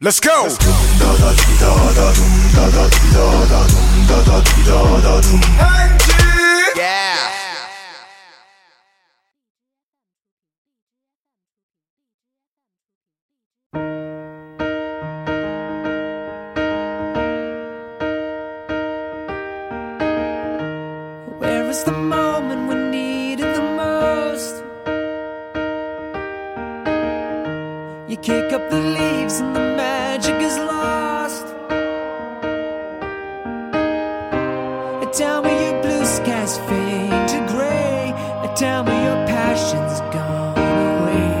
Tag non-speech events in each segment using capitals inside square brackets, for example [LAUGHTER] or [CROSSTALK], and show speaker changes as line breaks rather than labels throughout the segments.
Let's go. Yeah.
Where is the moment we need it the most? You kick up the leaves and the magic is lost. And Tell me your blue skies fade to gray. And Tell me your passion's gone away.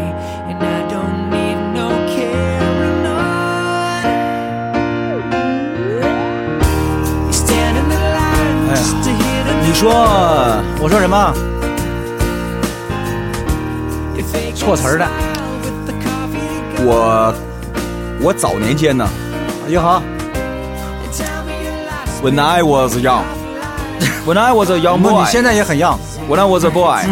And I don't need no carrying on. You stand in the line just to hit a
你说，我说什么？错词儿的。
我我早年间呢
于豪，
，When I was young, When I was a young
不，
boy，
你现在也很 young。
When I was a boy，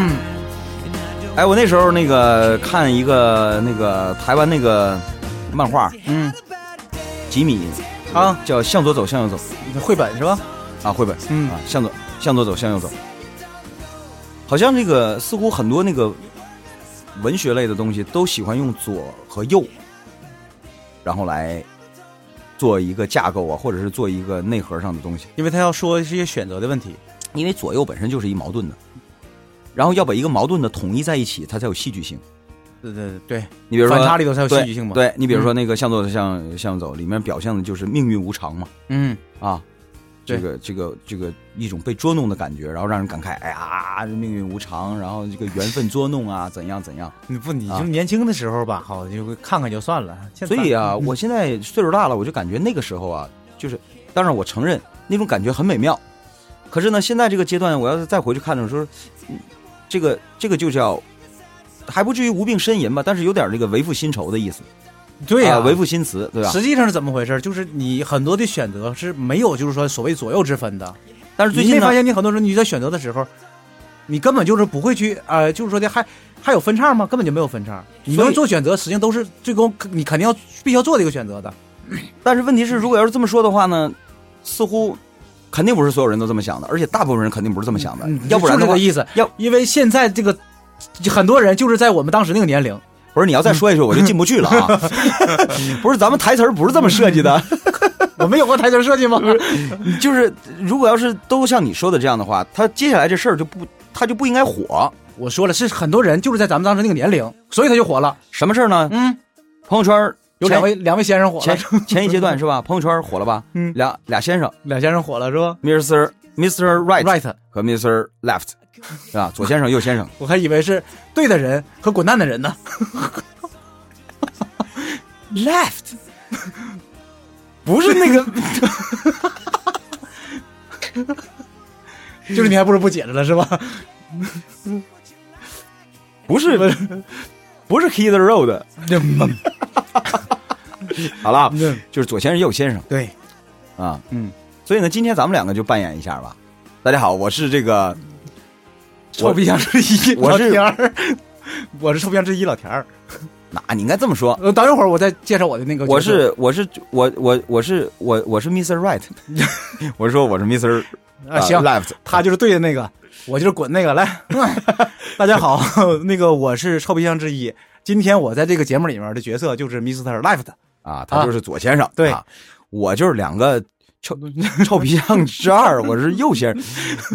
哎，我那时候那个看一个那个台湾那个漫画，
嗯
吉米
啊，
叫向左走向右走
绘本是吧？
啊，绘本，
嗯
啊，向左向左走向右走，好像这个似乎很多那个文学类的东西都喜欢用左和右，然后来做一个架构啊，或者是做一个内核上的东西。
因为他要说是一些选择的问题。
因为左右本身就是一矛盾的，然后要把一个矛盾的统一在一起，它才有戏剧性。
对对对，
你比如说
反差里头才有戏剧性嘛嗯
对对你比如说那个向左向向走里面表现的就是命运无常嘛，
嗯，
啊，
对
这个这个这个一种被捉弄的感觉，然后让人感慨，哎呀，命运无常，然后这个缘分捉弄啊，怎样怎样。
你不，你
啊
就年轻的时候吧，好，就看看就算了。现在
所以啊，
嗯
我现在岁数大了，我就感觉那个时候啊，就是，当然我承认那种感觉很美妙，可是呢，现在这个阶段，我要是再回去看的时候，嗯这个这个就叫。还不至于无病呻吟吧，但是有点这个为赋新愁的意思，
对呀、
啊为赋新词，对吧？
实际上是怎么回事？就是你很多的选择是没有，就是说所谓左右之分的。
但是最近
你
呢
没发，现你很多时候你在选择的时候，你根本就是不会去呃，就是说的还还有分叉吗？根本就没有分叉。你
所以
能做选择，实际上都是最终你肯定要必须要做的一个选择的。
啊但是问题是，如果要是这么说的话呢，似乎肯定不是所有人都这么想的，而且大部分人肯定不是这么想的，
嗯
要不然
就是这
的话
个，意思。
要
因为现在这个很多人就是在我们当时那个年龄， [LAUGHS]
不是你要再说一说，我就进不去了啊！
嗯
[LAUGHS] 不是，咱们台词儿不是这么设计的，
我们有过台球设计吗？嗯
就是如果要是都像你说的这样的话，他接下来这事儿就不，他就不应该火。
我说了，是很多人就是在咱们当时那个年龄，所以他就火了。
什么事儿呢？
嗯，
朋友圈儿
有两位两位先生火
前
了，
前前一阶段是吧？朋友圈儿火了吧？
嗯
俩俩先生
两先生火了是吧
，Mr. Mr. Right
？Right，
和 Mr. Left，啊，左先生右先生。
我还以为是对的人和滚蛋的人呢。Left，不是那个，就是你还不如不解释了是 [LAUGHS] 吧？[LAUGHS]
不是，不是 Kid Road。好了，就是左先生右先生
对，
啊，
嗯，
所以呢，今天咱们两个就扮演一下吧。大家好，我是这个，
臭皮匠之一，
我
老
是
田儿，我是臭皮匠之一老田儿。
[LAUGHS] 那你应该这么说，
呃，等一会儿我再介绍我的那个角色。
我是我是我我我是我我是 Mr.
[LAUGHS]
Right，我是说我是 Mr.
啊，行，
Left，
他就是对的那个，我就是滚那个。 [LAUGHS] 来，大家好，那个我是臭皮匠之一。今天我在这个节目里面的角色就是 Mr. Left，
啊，他就是左先生，
对
啊我就是两个
[LAUGHS]
臭臭皮匠之二，我是右先生，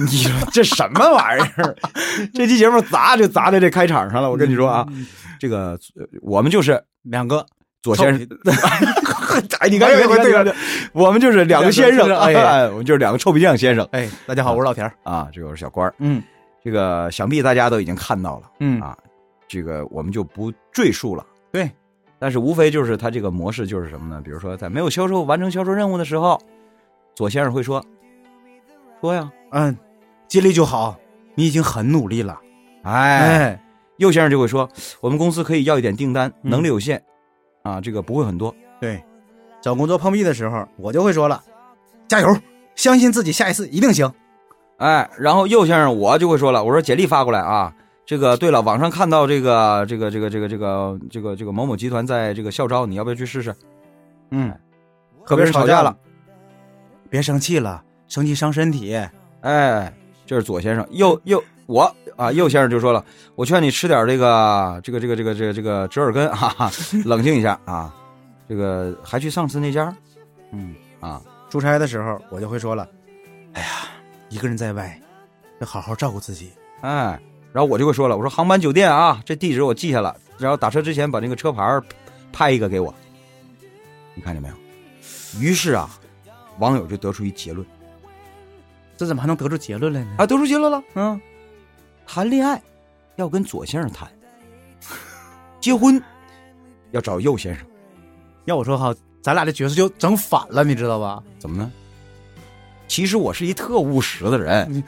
你说这什么玩意儿？ [LAUGHS] 这期节目砸就砸在这开场上了，我跟你说啊，
嗯
这个呃我们就是
两个
左先生
臭，
哎，你看
哎呦
这个
我
这
这
个，我们就是两个先生，
两个先生
哎， [LAUGHS] 我们就是两个臭皮匠先生
哎，大家好，我是老田儿。
啊，这个我是小官儿，
嗯
这个想必大家都已经看到了。
嗯
啊，这个我们就不赘述了。
对，
但是无非就是它这个模式就是什么呢？比如说，在没有销售完成销售任务的时候，左先生会说：“说呀，
嗯，尽力就好，你已经很努力了。
哎。
哎，
右先生就会说：“我们公司可以要一点订单，
嗯
能力有限，啊，这个不会很多。
对，找工作碰壁的时候，我就会说了，加油，相信自己，下一次一定行。
哎，然后右先生我就会说了，我说简历发过来啊，这个对了，网上看到这个这个这个这个这个这个这个某某集团在这个校招，你要不要去试试？
嗯，
和别人吵架了，
别生气了，生气伤身体。
哎，这是左先生，右右我啊，右先生就说了，我劝你吃点这个这个这个这个这个这个折耳根， [LAUGHS] 哈哈，冷静一下啊。这个还去上次那家
嗯，
啊？
出差的时候我就会说了，哎呀，一个人在外，要好好照顾自己。
哎，然后我就会说了，我说航班酒店啊，这地址我记下了，然后打车之前把那个车牌儿拍一个给我，你看见没有？于是啊，网友就得出一结论
这怎么还能得出结论来呢？
啊，得出结论了，
嗯，
谈恋爱要跟左先生谈，结婚要找右先生，
要我说哈，咱俩这角色就整反了，你知道吧？
怎么呢？其实我是一特务实的人
你，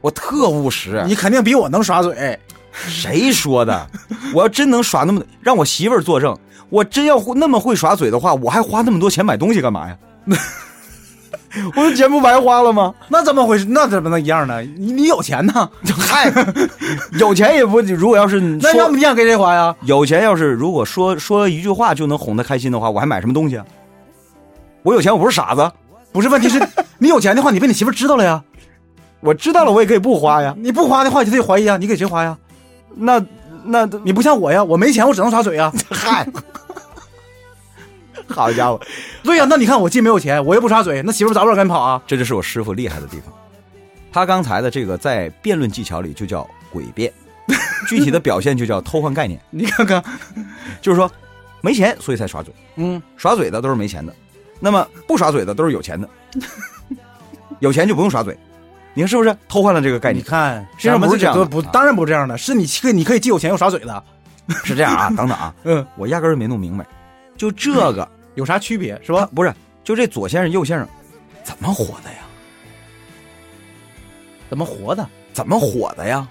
我特务实。
你肯定比我能耍嘴。
谁说
[LAUGHS]
的？我要真能耍那么，让我媳妇儿作证，我真要会那么会耍嘴的话，我还花那么多钱买东西干嘛呀？我的钱不白花了吗？
那怎么回事？那怎么能一样呢？你你有钱呢？ [LAUGHS]
嗨，有钱也不，如果要是
那要不
说
你想给谁花呀？
有钱，要是如果说说一句话就能哄她开心的话，我还买什么东西啊？我有钱，我不是傻子，
不是，问题 [LAUGHS] 是你有钱的话，你被你媳妇儿知道了呀。
我知道了，我也可以不花呀。
你不花的话，你就得怀疑啊，你给谁花呀？
那那
你不像我呀，我没钱，我只能耍嘴 [LAUGHS] 呀。
嗨，好家伙，
对呀、那你看我既没有钱，我又不耍嘴，那媳妇儿早晚跟跑啊。
这就是我师傅厉害的地方。他刚才的这个在辩论技巧里就叫诡辩，具体的表现就叫偷换概念，
[LAUGHS] 你看看，
就是说没钱所以才耍嘴，
嗯，
耍嘴的都是没钱的，那么不耍嘴的都是有钱的，有钱就不用耍嘴，你看是不是偷换了这个概
你
念？
看，
实际上
咱们
不是这样的
个不，当然不是这样的，是你可以你可以既有钱又耍嘴的，
是这样啊，等等啊，
嗯，
我压根儿就没弄明白，就这个
有啥区别是
不
吧？
不是就这左先生右先生怎么火的呀？
怎么活的？
怎么火的呀？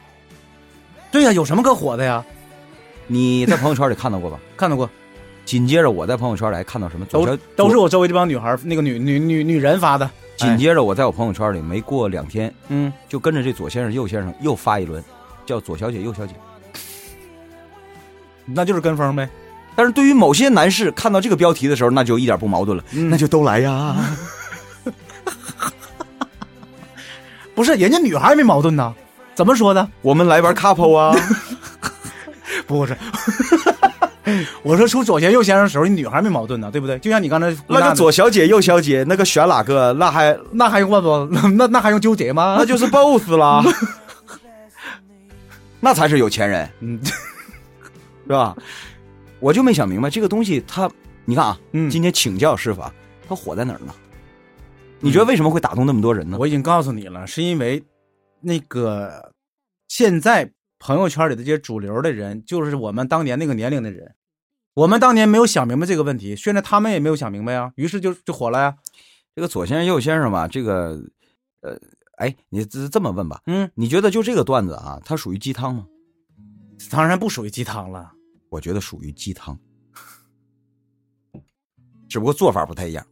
对呀、有什么可火的呀？
你在朋友圈里看
[LAUGHS]
到过吧？
看到过，
紧接着我在朋友圈里还看到什么左
都
小
都是我哎周围这帮女孩儿那个女女女女人发的，
紧接着我在我朋友圈里没过两天，
嗯，
就跟着这左先生、右先生又发一轮，叫左小姐、右小姐。
那就是跟风呗。
但是对于某些男士看到这个标题的时候，那就一点不矛盾了，
嗯
那就都来呀。
不是，人家女孩也没矛盾呐，怎么说的？
我们来玩
[LAUGHS]
couple 啊，
不是，我说出左先右先生的时候，女孩没矛盾呢，对不对？就像你刚才归纳
那
的
个左小姐、右小姐，那个选哪个，那还
那还用问不？那那还用纠结吗
那？就是 boss 啦， [LAUGHS] 那才是有钱人，
嗯
[LAUGHS] 是吧？我就没想明白这个东西它，你看啊，
嗯
今天请教师傅啊，它火在哪儿呢？你觉得为什么会打动那么多人呢？
我已经告诉你了，是因为那个现在朋友圈里的这些主流的人，就是我们当年那个年龄的人。我们当年没有想明白这个问题，现在他们也没有想明白呀，于是就就火了呀。
这个左先生右先生吧，这个，呃，哎，你这这么问吧，
嗯，
你觉得就这个段子啊，它属于鸡汤吗？
当然不属于鸡汤了。
我觉得属于鸡汤，只不过做法不太一样。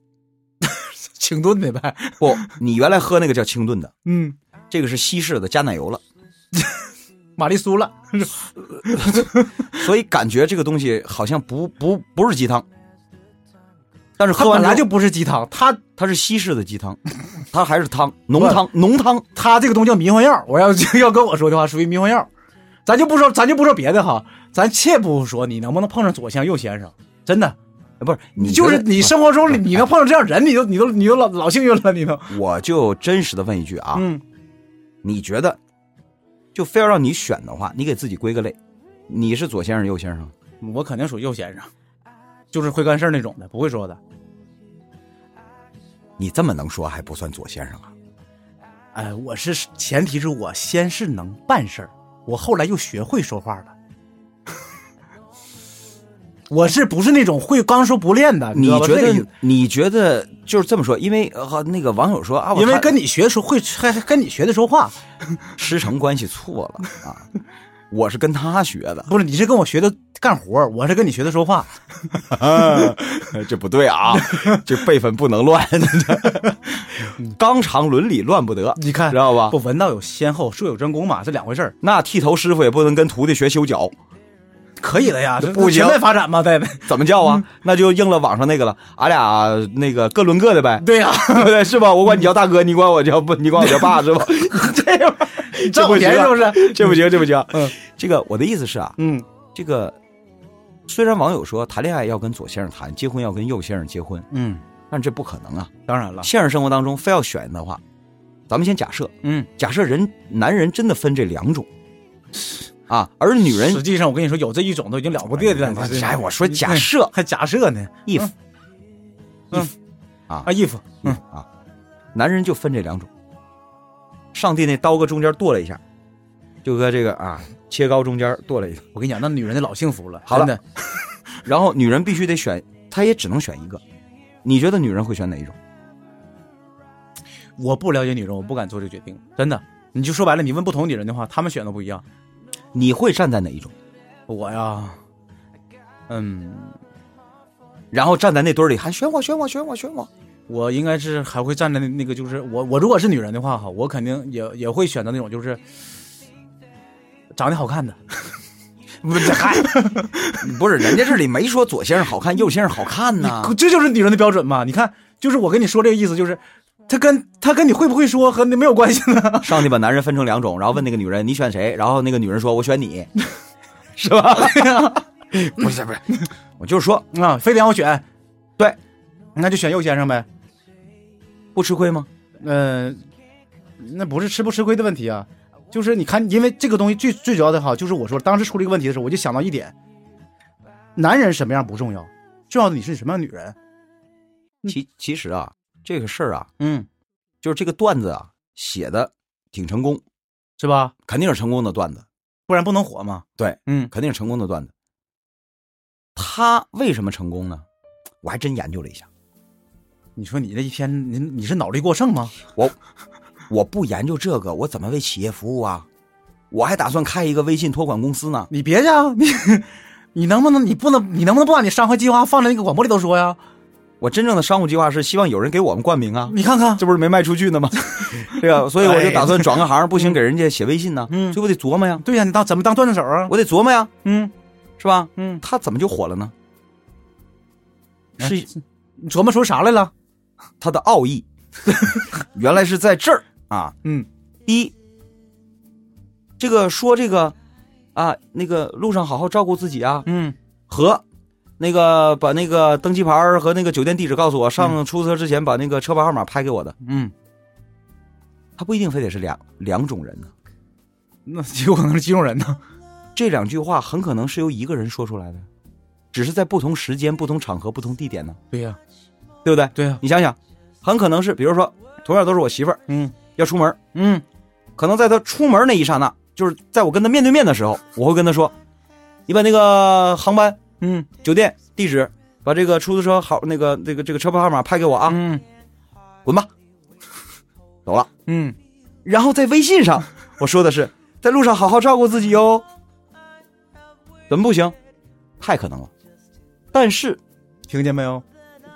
请顿的呗。
不，你原来喝那个叫清炖的，
嗯，
这个是西式的，加奶油了，
玛丽苏了。
所以感觉这个东西好像不不不是鸡汤，但是
它
喝完
本来
之
就
后
不是鸡汤，它
它是西式的鸡汤， [LAUGHS] 它还是汤，浓汤浓汤。
它这个东西叫迷幻药。我要 [LAUGHS] 要跟我说的话，属于迷幻药。咱就不说，咱就不说别的哈，咱切不说你能不能碰上左先右先生，真的，
呃不是，
你啊
你
就
觉
是
得
你生活中你能碰上这样人，你都你都你都老老幸运了，你都。
我就真实的问一句啊，
嗯，
你觉得，就非要让你选的话，你给自己归个类，你是左先生右先生？
我肯定属右先生，就是会干事儿那种的，不会说的。
你这么能说还不算左先生啊？
哎，我是前提是我先是能办事儿，我后来又学会说话了。我是不是那种会刚说不练的？
你
知道吧
觉
这个
得
意思
你觉得就是这么说？因为呃那个网友说啊，我
因为
看
跟你学说会还还跟你学的说话，
师承关系错了
[LAUGHS]
啊，我是跟他学的，
不是你是跟我学的干活儿，我是跟你学的说话。
[LAUGHS] 这不对啊，这辈分不能乱。 [LAUGHS] 纲常伦理乱不得，
你看
知，道吧
不？文道有先后，术有真功嘛，这两回事儿。
那剃头师傅也不能跟徒弟学修脚，
可以了呀，这
不行
前面发展嘛，对呗？
怎么叫
嗯
啊？那就应了网上那个了，俺俩那个各论各的呗，
[LAUGHS] 对呀、
[LAUGHS] 对不对？是吧？我管你叫大哥，你管我叫不，你管我叫爸，是吧？
嗯 [LAUGHS] 这样
这
挣
不行
钱
啊
是不是？
这不行，这不行。
嗯，
这个我的意思是啊，
嗯，
这个虽然网友说谈恋爱要跟左先生谈，结婚要跟右先生结婚，
嗯，
但这不可能啊。
当然了，
现实生活当中非要选的话，咱们先假设，
嗯，
假设人男人真的分这两种啊，而女人
实际上我跟你说，有这一种都已经了不得的了。
哎，我说假设
嗯还假设呢
if
啊，if，嗯
啊，男人就分这两种。上帝那刀搁中间剁了一下，就搁这个啊切糕中间剁了一下，
我跟你讲，那女人就老幸福了，
好了
真的，
然后女人必须得选，她也只能选一个。你觉得女人会选哪一种？
我不了解女人，我不敢做这决定，真的。你就说白了，你问不同女人的话，她们选的不一样。
你会站在哪一种？
我呀，嗯，
然后站在那堆儿里喊选我选我选我选我，
我应该是还会站在那那个，就是我我如果是女人的话哈，我肯定也也会选择那种就是长得好看的。
不是嗨， [LAUGHS] 不是人家这里没说左先生好看，右先生好看呢。
这就是女人的标准嘛？你看，就是我跟你说这个意思，就是他跟他跟你会不会说和你没有关系呢。 [LAUGHS]
上帝把男人分成两种，然后问那个女人你选谁，然后那个女人说我
[LAUGHS]
选你，是吧？不是不是，我就是说
啊，非得让我选，
对，
那就选右先生呗。
不吃亏吗？
嗯、那不是吃不吃亏的问题啊，就是你看，因为这个东西最最主要的哈，就是我说当时出这个问题的时候，我就想到一点：男人什么样不重要，重要的你是什么样的女人。
其其实啊，这个事儿啊，
嗯，
就是这个段子啊写的挺成功，
是吧？
肯定是成功的段子，
不然不能火嘛。
对，
嗯，
肯定是成功的段子。他为什么成功呢？我还真研究了一下，
你说你这一天，你你是脑力过剩吗？
我不研究这个，我怎么为企业服务啊？我还打算开一个微信托管公司呢。
你别去啊，你你能不能你不能你能不能不把你伤害计划放在那个广播里头说呀？
我真正的商务计划是希望有人给我们冠名啊，
你看看，
这不是没卖出去呢吗？ [LAUGHS] 对啊，所以我就打算转个行，不行给人家写微信呢，
嗯
所以我得琢磨呀，
对呀、你当怎么当段子手啊？
我得琢磨呀，
嗯
是吧？
嗯，
他怎么就火了呢？
哎
是
你琢磨出啥来了？
它的奥义， [LAUGHS] 原来是在这儿啊。
嗯，
第一，这个说这个啊，那个路上好好照顾自己啊，
嗯
和那个把那个登记牌儿和那个酒店地址告诉我，上出租车之前把那个车牌号码拍给我的。
嗯，
他不一定非得是两两种人呢，
那有可能是几种人呢？
这两句话很可能是由一个人说出来的，只是在不同时间、不同场合、不同地点呢，
对呀、
对不对？
对呀、
你想想，很可能是比如说，同样都是我媳妇儿
嗯
要出门儿，
嗯，
可能在他出门那一刹那，就是在我跟他面对面的时候，我会跟他说：“你把那个航班、
嗯
酒店地址，把这个出租车号、那个这个这个车牌号码拍给我啊，
嗯
滚吧， [LAUGHS] 走了。
嗯，”
然后在微信上，我说的是：“在路上好好照顾自己哟。”怎么不行？太可能了。但是，
听见没有？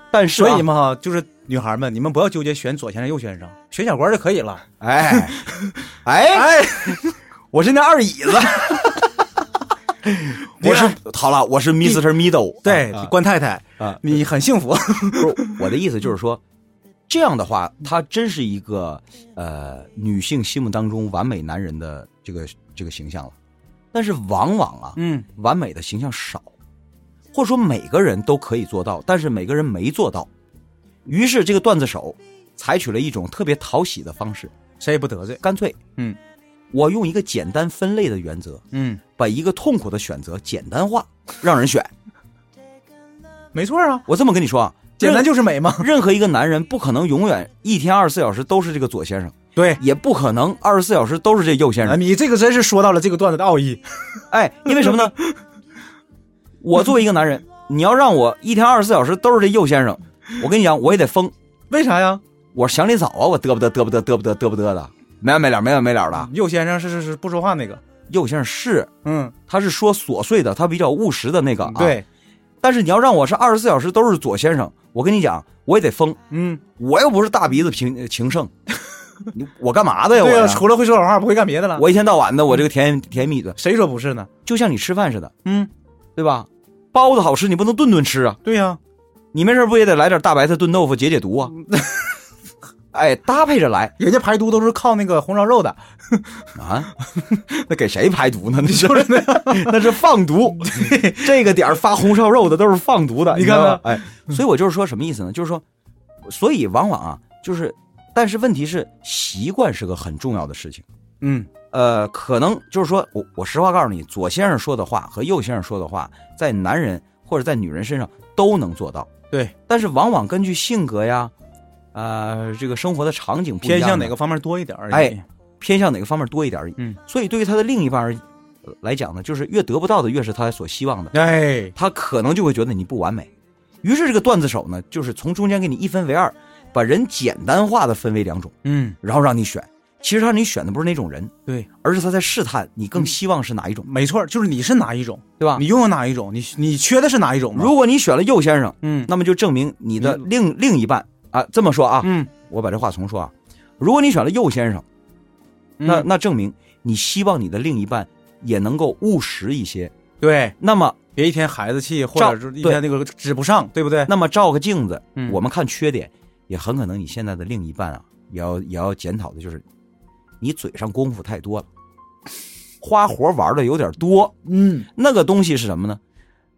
但是、啊
所以，嘛哈，就是女孩们，你们不要纠结选左先生右先生，选小官就可以了。 [LAUGHS]
哎，哎，
哎，
我是那二椅
[LAUGHS]
子。我是好了，我是 Mr. Middle，
对，
啊
关太太
啊
你很幸福。
不是我的意思就是说，这样的话，他真是一个呃女性心目当中完美男人的这个这个形象了。但是往往啊，
嗯，
完美的形象少，或者说每个人都可以做到，但是每个人没做到。于是这个段子手采取了一种特别讨喜的方式，
谁也不得罪。
干脆，
嗯，
我用一个简单分类的原则，
嗯，
把一个痛苦的选择简单化，让人选。
没错啊，
我这么跟你说 [LAUGHS] 啊，
简单就是美嘛。
[LAUGHS] 任何一个男人不可能永远一天二十四小时都是这个左先生，
对，
也不可能二十四小时都是这右先
啊，
生。
你这个真是说到了这个段子的奥义。
哎，因为什么 [LAUGHS] 呢？我作为一个男人，你要让我一天二十四小时都是这右先生，我跟你讲，我也得疯。
为啥呀？
我想你早啊，我嘚不嘚嘚不嘚嘚不嘚嘚不嘚的，没完没了没完没了的。
右先生是是是不说话那个。
右先生是
嗯，
他是说琐碎的，他比较务实的那个、啊。
对，
但是你要让我是二十四小时都是左先生，我跟你讲，我也得疯。
嗯，
我又不是大鼻子情
[LAUGHS]
情圣，你我干嘛的呀？我
对呀、
呀
除了会说老话，不会干别的了。
我一天到晚的，我这个甜甜蜜的，
谁说不是呢？
就像你吃饭似的，
嗯，
对吧？包子好吃，你不能顿顿吃啊！
对呀、
你没事不也得来点大白菜炖豆腐解解毒啊？
[LAUGHS]
哎，搭配着来
人家排毒都是靠那个红烧肉的，
啊！ [LAUGHS] 那给谁排毒呢？那是那是放
[LAUGHS]
毒，这个点儿发红烧肉的都是放毒的，
你
你看
看
看
看，嗯
哎，所以我就是说什么意思呢？就是说，所以往往啊，就是，但是问题是，习惯是个很重要的事情。
嗯，
呃，可能就是说我我实话告诉你，左先生说的话和右先生说的话，在男人或者在女人身上都能做到，
对，
但是往往根据性格呀，呃，这个生活的场景不一样
偏向
呢
哪个方面多一点而已。
哎，偏向哪个方面多一点而已。
嗯，
所以对于他的另一半而呃来讲呢，就是越得不到的越是他所希望的，
哎，
他可能就会觉得你不完美，于是这个段子手呢，就是从中间给你一分为二，把人简单化的分为两种。
嗯，
然后让你选。其实他让你选的不是那种人，
对，
而是他在试探
嗯
你更希望是哪一种，
没错，就是你是哪一种，
对吧
你？拥有哪一种，你你缺的是哪一种嘛
如果你选了右先生，
嗯
那么就证明你的
你
另另一半啊，这么说啊，
嗯，
我把这话重说啊，如果你选了右先生，那
嗯
那证明你希望你的另一半也能够务实一些。
对，
那么
别一天孩子气，或
照
者是一天那个指不上，对不 [LAUGHS] 对？
那么照个镜子，
嗯
我们看缺点，也很可能你现在的另一半啊，也要也要检讨的就是，你嘴上功夫太多了，花活玩的有点多。
嗯，
那个东西是什么呢？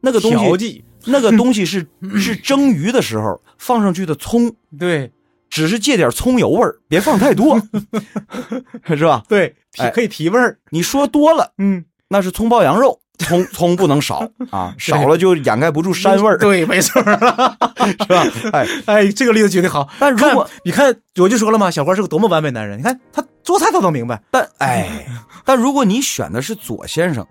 那个
调
东西，
剂，
[LAUGHS] 那个东西是是蒸鱼的时候放上去的葱，
对
只是借点葱油味儿，别放太多， [LAUGHS] 是吧？
对，
哎
提可以提味儿，
你说多了，
嗯，
那是葱爆羊肉，葱葱不能少
[LAUGHS]
啊，少了就掩盖不住膻味儿，
对，没错儿。
是吧？哎，
[LAUGHS] 哎，这个例子举得好。
但如果
看你看，我就说了嘛，小花是个多么完美男人。你看他做菜他都明白，
但哎，但如果你选的是左先生，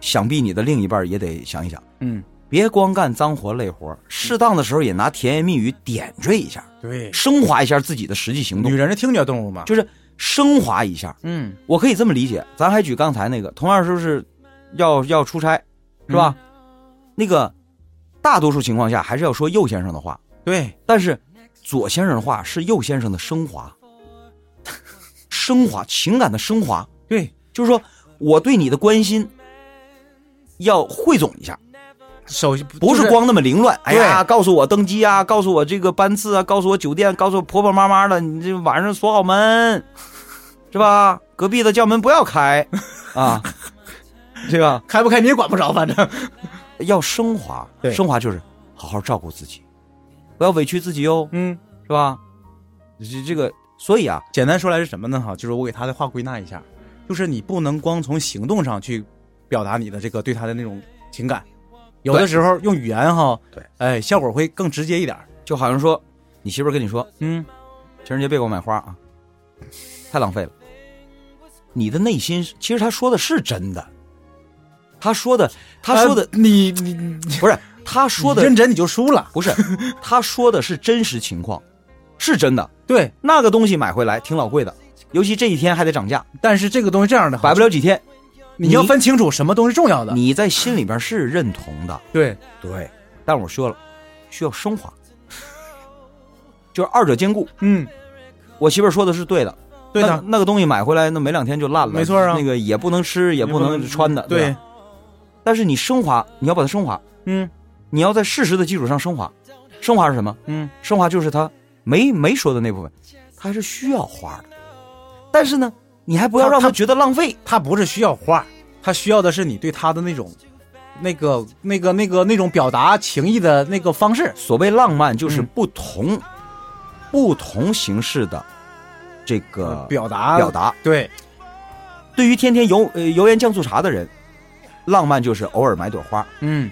想必你的另一半也得想一想，
嗯，
别光干脏活累活，适当的时候也拿甜言蜜语点缀一下，
对，
升华一下自己的实际行动
女。人是听觉动物嘛，
就是升华一下。
嗯
我可以这么理解，咱还举刚才那个，同样就是要要出差，是吧？
嗯
那个大多数情况下还是要说右先生的话，
对，
但是左先生的话是右先生的升华， [LAUGHS] 升华情感的升华，
对，
就是说我对你的关心要汇总一下，
首先就
不
是
光那么凌乱。哎
对
呀，告诉我登机啊，告诉我这个班次啊，告诉我酒店，告诉我婆婆妈妈的，你这晚上锁好门，是吧？隔壁的叫门不要开啊， [LAUGHS] 对吧？
开不开你也管不着，反正
要升华，
对
升华就是好好照顾自己，不要委屈自己
[LAUGHS]
哟，
嗯，
是吧？这这个，所以啊，
简单说来是什么呢？哈，就是我给他的话归纳一下，就是你不能光从行动上去表达你的这个对他的那种情感，有的时候用语言哈，
对，
哎，效果会更直接一点儿。
就好像说你媳妇儿跟你说，
嗯，
情人节别给我买花啊，太浪费了。你的内心是其实他说的是真的，他说的他说的、
呃你你你
不是他说的
认真你就输了，
不是他说的是真实情况，是真的。
对。
那个东西买回来挺老贵的，尤其这几天还得涨价，
但是这个东西这样的哈，
摆不了几天。
你要分清楚什么东西重要的。
你在心里边是认同的，
对，
对。但我说了，需要升华， [LAUGHS] 就是二者兼顾。
嗯，
我媳妇儿说的是对的，
对
那
的，
那个东西买回来，那没两天就烂了，
没错啊
那个也不能吃，也不能穿的，
对
吧，但是你升华，你要把它升华，
嗯
你要在事实的基础上升华。升华是什么？
嗯，
升华就是他没没说的那部分，他还是需要花的。但是呢，你还不要
他
让他
他
觉得浪费。
他不是需要花，他需要的是你对他的那种，那个、那个、那个、那种表达情意的那个方式。
所谓浪漫，就是
嗯
不同、不同形式的这个
呃表达
表达。
对，
对于天天油呃油盐酱醋茶的人，浪漫就是偶尔买朵花；
嗯，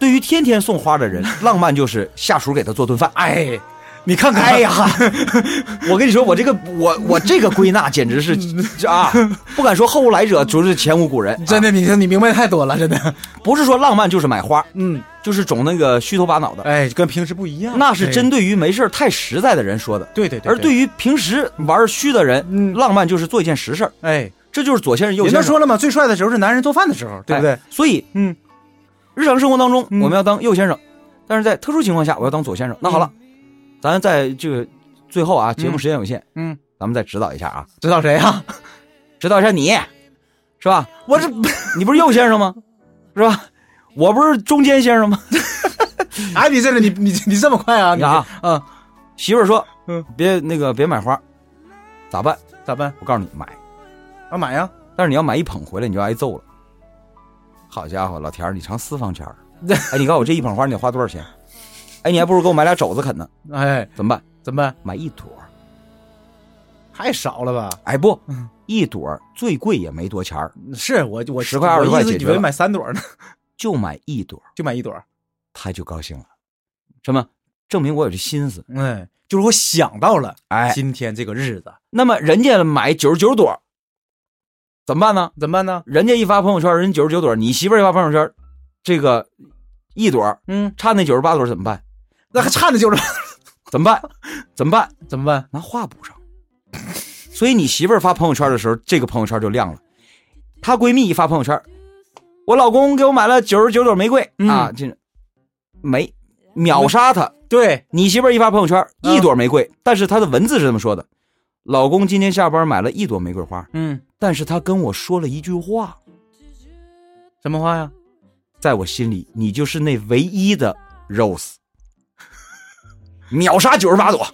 对于天天送花
[LAUGHS]
的人，浪漫就是下属给他做顿饭。
哎，你看看，
哎呀， [LAUGHS] 我跟你说，我这个我我这个归纳简
[LAUGHS]
直是啊，不敢说后无来者，就是前无古人。
[LAUGHS] 真
的、
的，你你明白太多了，真的。 [LAUGHS]
不是说浪漫就是买花，
嗯，
就是整那个虚头巴脑的，
哎，跟平时不一样，
那是针
对，
对于没事儿太实在的人说的。
对对对，
而对于平时玩虚的人，
嗯
浪漫就是做一件实事儿，
哎，
这就是左先生右
人
先
家
生，
说了嘛，最帅的时候是男人做饭的时候，对不
哎
对？
所以
嗯，
日常生活当中，
嗯
我们要当右先生，但是在特殊情况下，我要当左先生。那好了，咱在这个最后啊，节目时间有限，
嗯，
咱们再指导一下啊，
知道谁呀？
指导一下你，是吧？
我这
你 [LAUGHS] 不是右先生吗？是吧？我不是中间先生吗？
[LAUGHS] 哎，你这个你你你这么快啊？
你
你
看啊，
啊，
媳妇儿说，
嗯，
别那个别买花，咋办？
咋办？
我告诉你，买。
啊，买呀！
但是你要买一捧回来，你就挨揍了。好家伙，老田儿，你尝私房钱
[LAUGHS]
儿。哎，你告诉我这一捧花你得花多少钱？哎，你还不如给我买俩肘子啃呢。
哎，
怎么办？
怎么办？
买一朵儿。
太少了吧？
哎不，一朵儿最贵也没多钱儿，
是我我
10块20块
我意
解
思以
决
为
了
买三朵呢，
就买一朵儿，
就买一朵。
他就高兴了。什么？证明我有这心思。
哎，就是我想到了
哎，
今天这个日子，
那么人家买九十九朵儿，怎么办呢？
怎么办呢？
人家一发朋友圈，人九十九朵儿，你媳妇儿一发朋友圈，这个一朵儿
嗯，
差那九十八朵儿怎么办？
那还差的就是
怎么办？怎么办？
[LAUGHS] 怎么办？
拿话补上。所以你媳妇儿发朋友圈的时候，这个朋友圈就亮了。她闺蜜一发朋友圈，我老公给我买了九十九朵玫瑰、
嗯
啊，这没秒杀她。
对，
你媳妇儿一发朋友圈，
嗯
一朵玫瑰，但是她的文字是这么说的：老公今天下班买了一朵玫瑰花，
嗯，
但是他跟我说了一句话，
什么花呀？
在我心里，你就是那唯一的 Rose，秒杀九十八朵。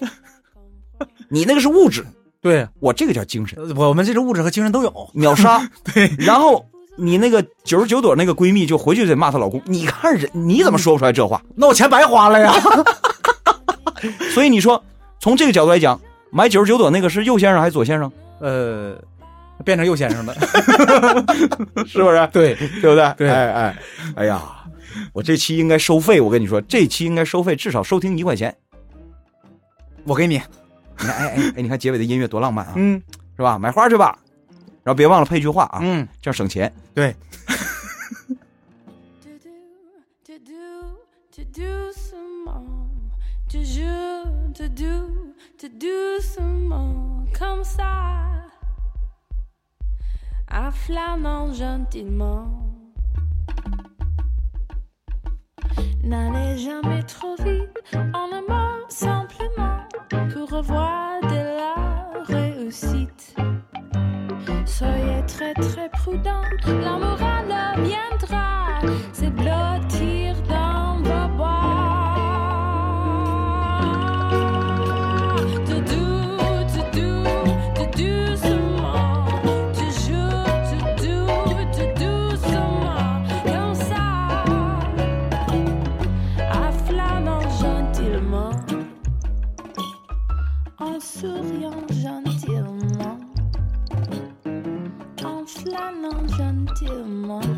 你那个是物质，
对，
我这个叫精神。
呃我们这种物质和精神都有。
秒杀。
[LAUGHS] 对，
然后你那个九十九朵那个闺蜜就回去得骂她老公，你看人你怎么说不出来
[LAUGHS]
这话？
那我钱白花了呀。
所以你说从这个角度来讲，买九十九朵那个是右先生还是
[LAUGHS]
左先生？
[LAUGHS] 呃，变成右先生了。
是不是？
[LAUGHS] 对，
对不对？
对
哎哎，哎呀，我这期应该收费，我跟你说，这期应该收费，至少收听一块钱。
我给你。
你看，哎哎哎，你看结尾的音乐多浪漫啊，
嗯
是吧？买花去吧，然后别忘了配一句话啊，
嗯，
这样省钱。
对，
To do, to do, to do some more. To do, to do, to do some more. Comme ça, en flamant gentiment. N'allez jamais trop vite en aimant simplement pour revoir de la réussite. Soyez très très prudent, la morale viendra C'est blottir dans vos bois. Tout doux, tout doux, tout doucement. Toujours tout doux, tout doucement. Comme ça, afflamant gentiment, en souriant gentiment en flânant gentiment.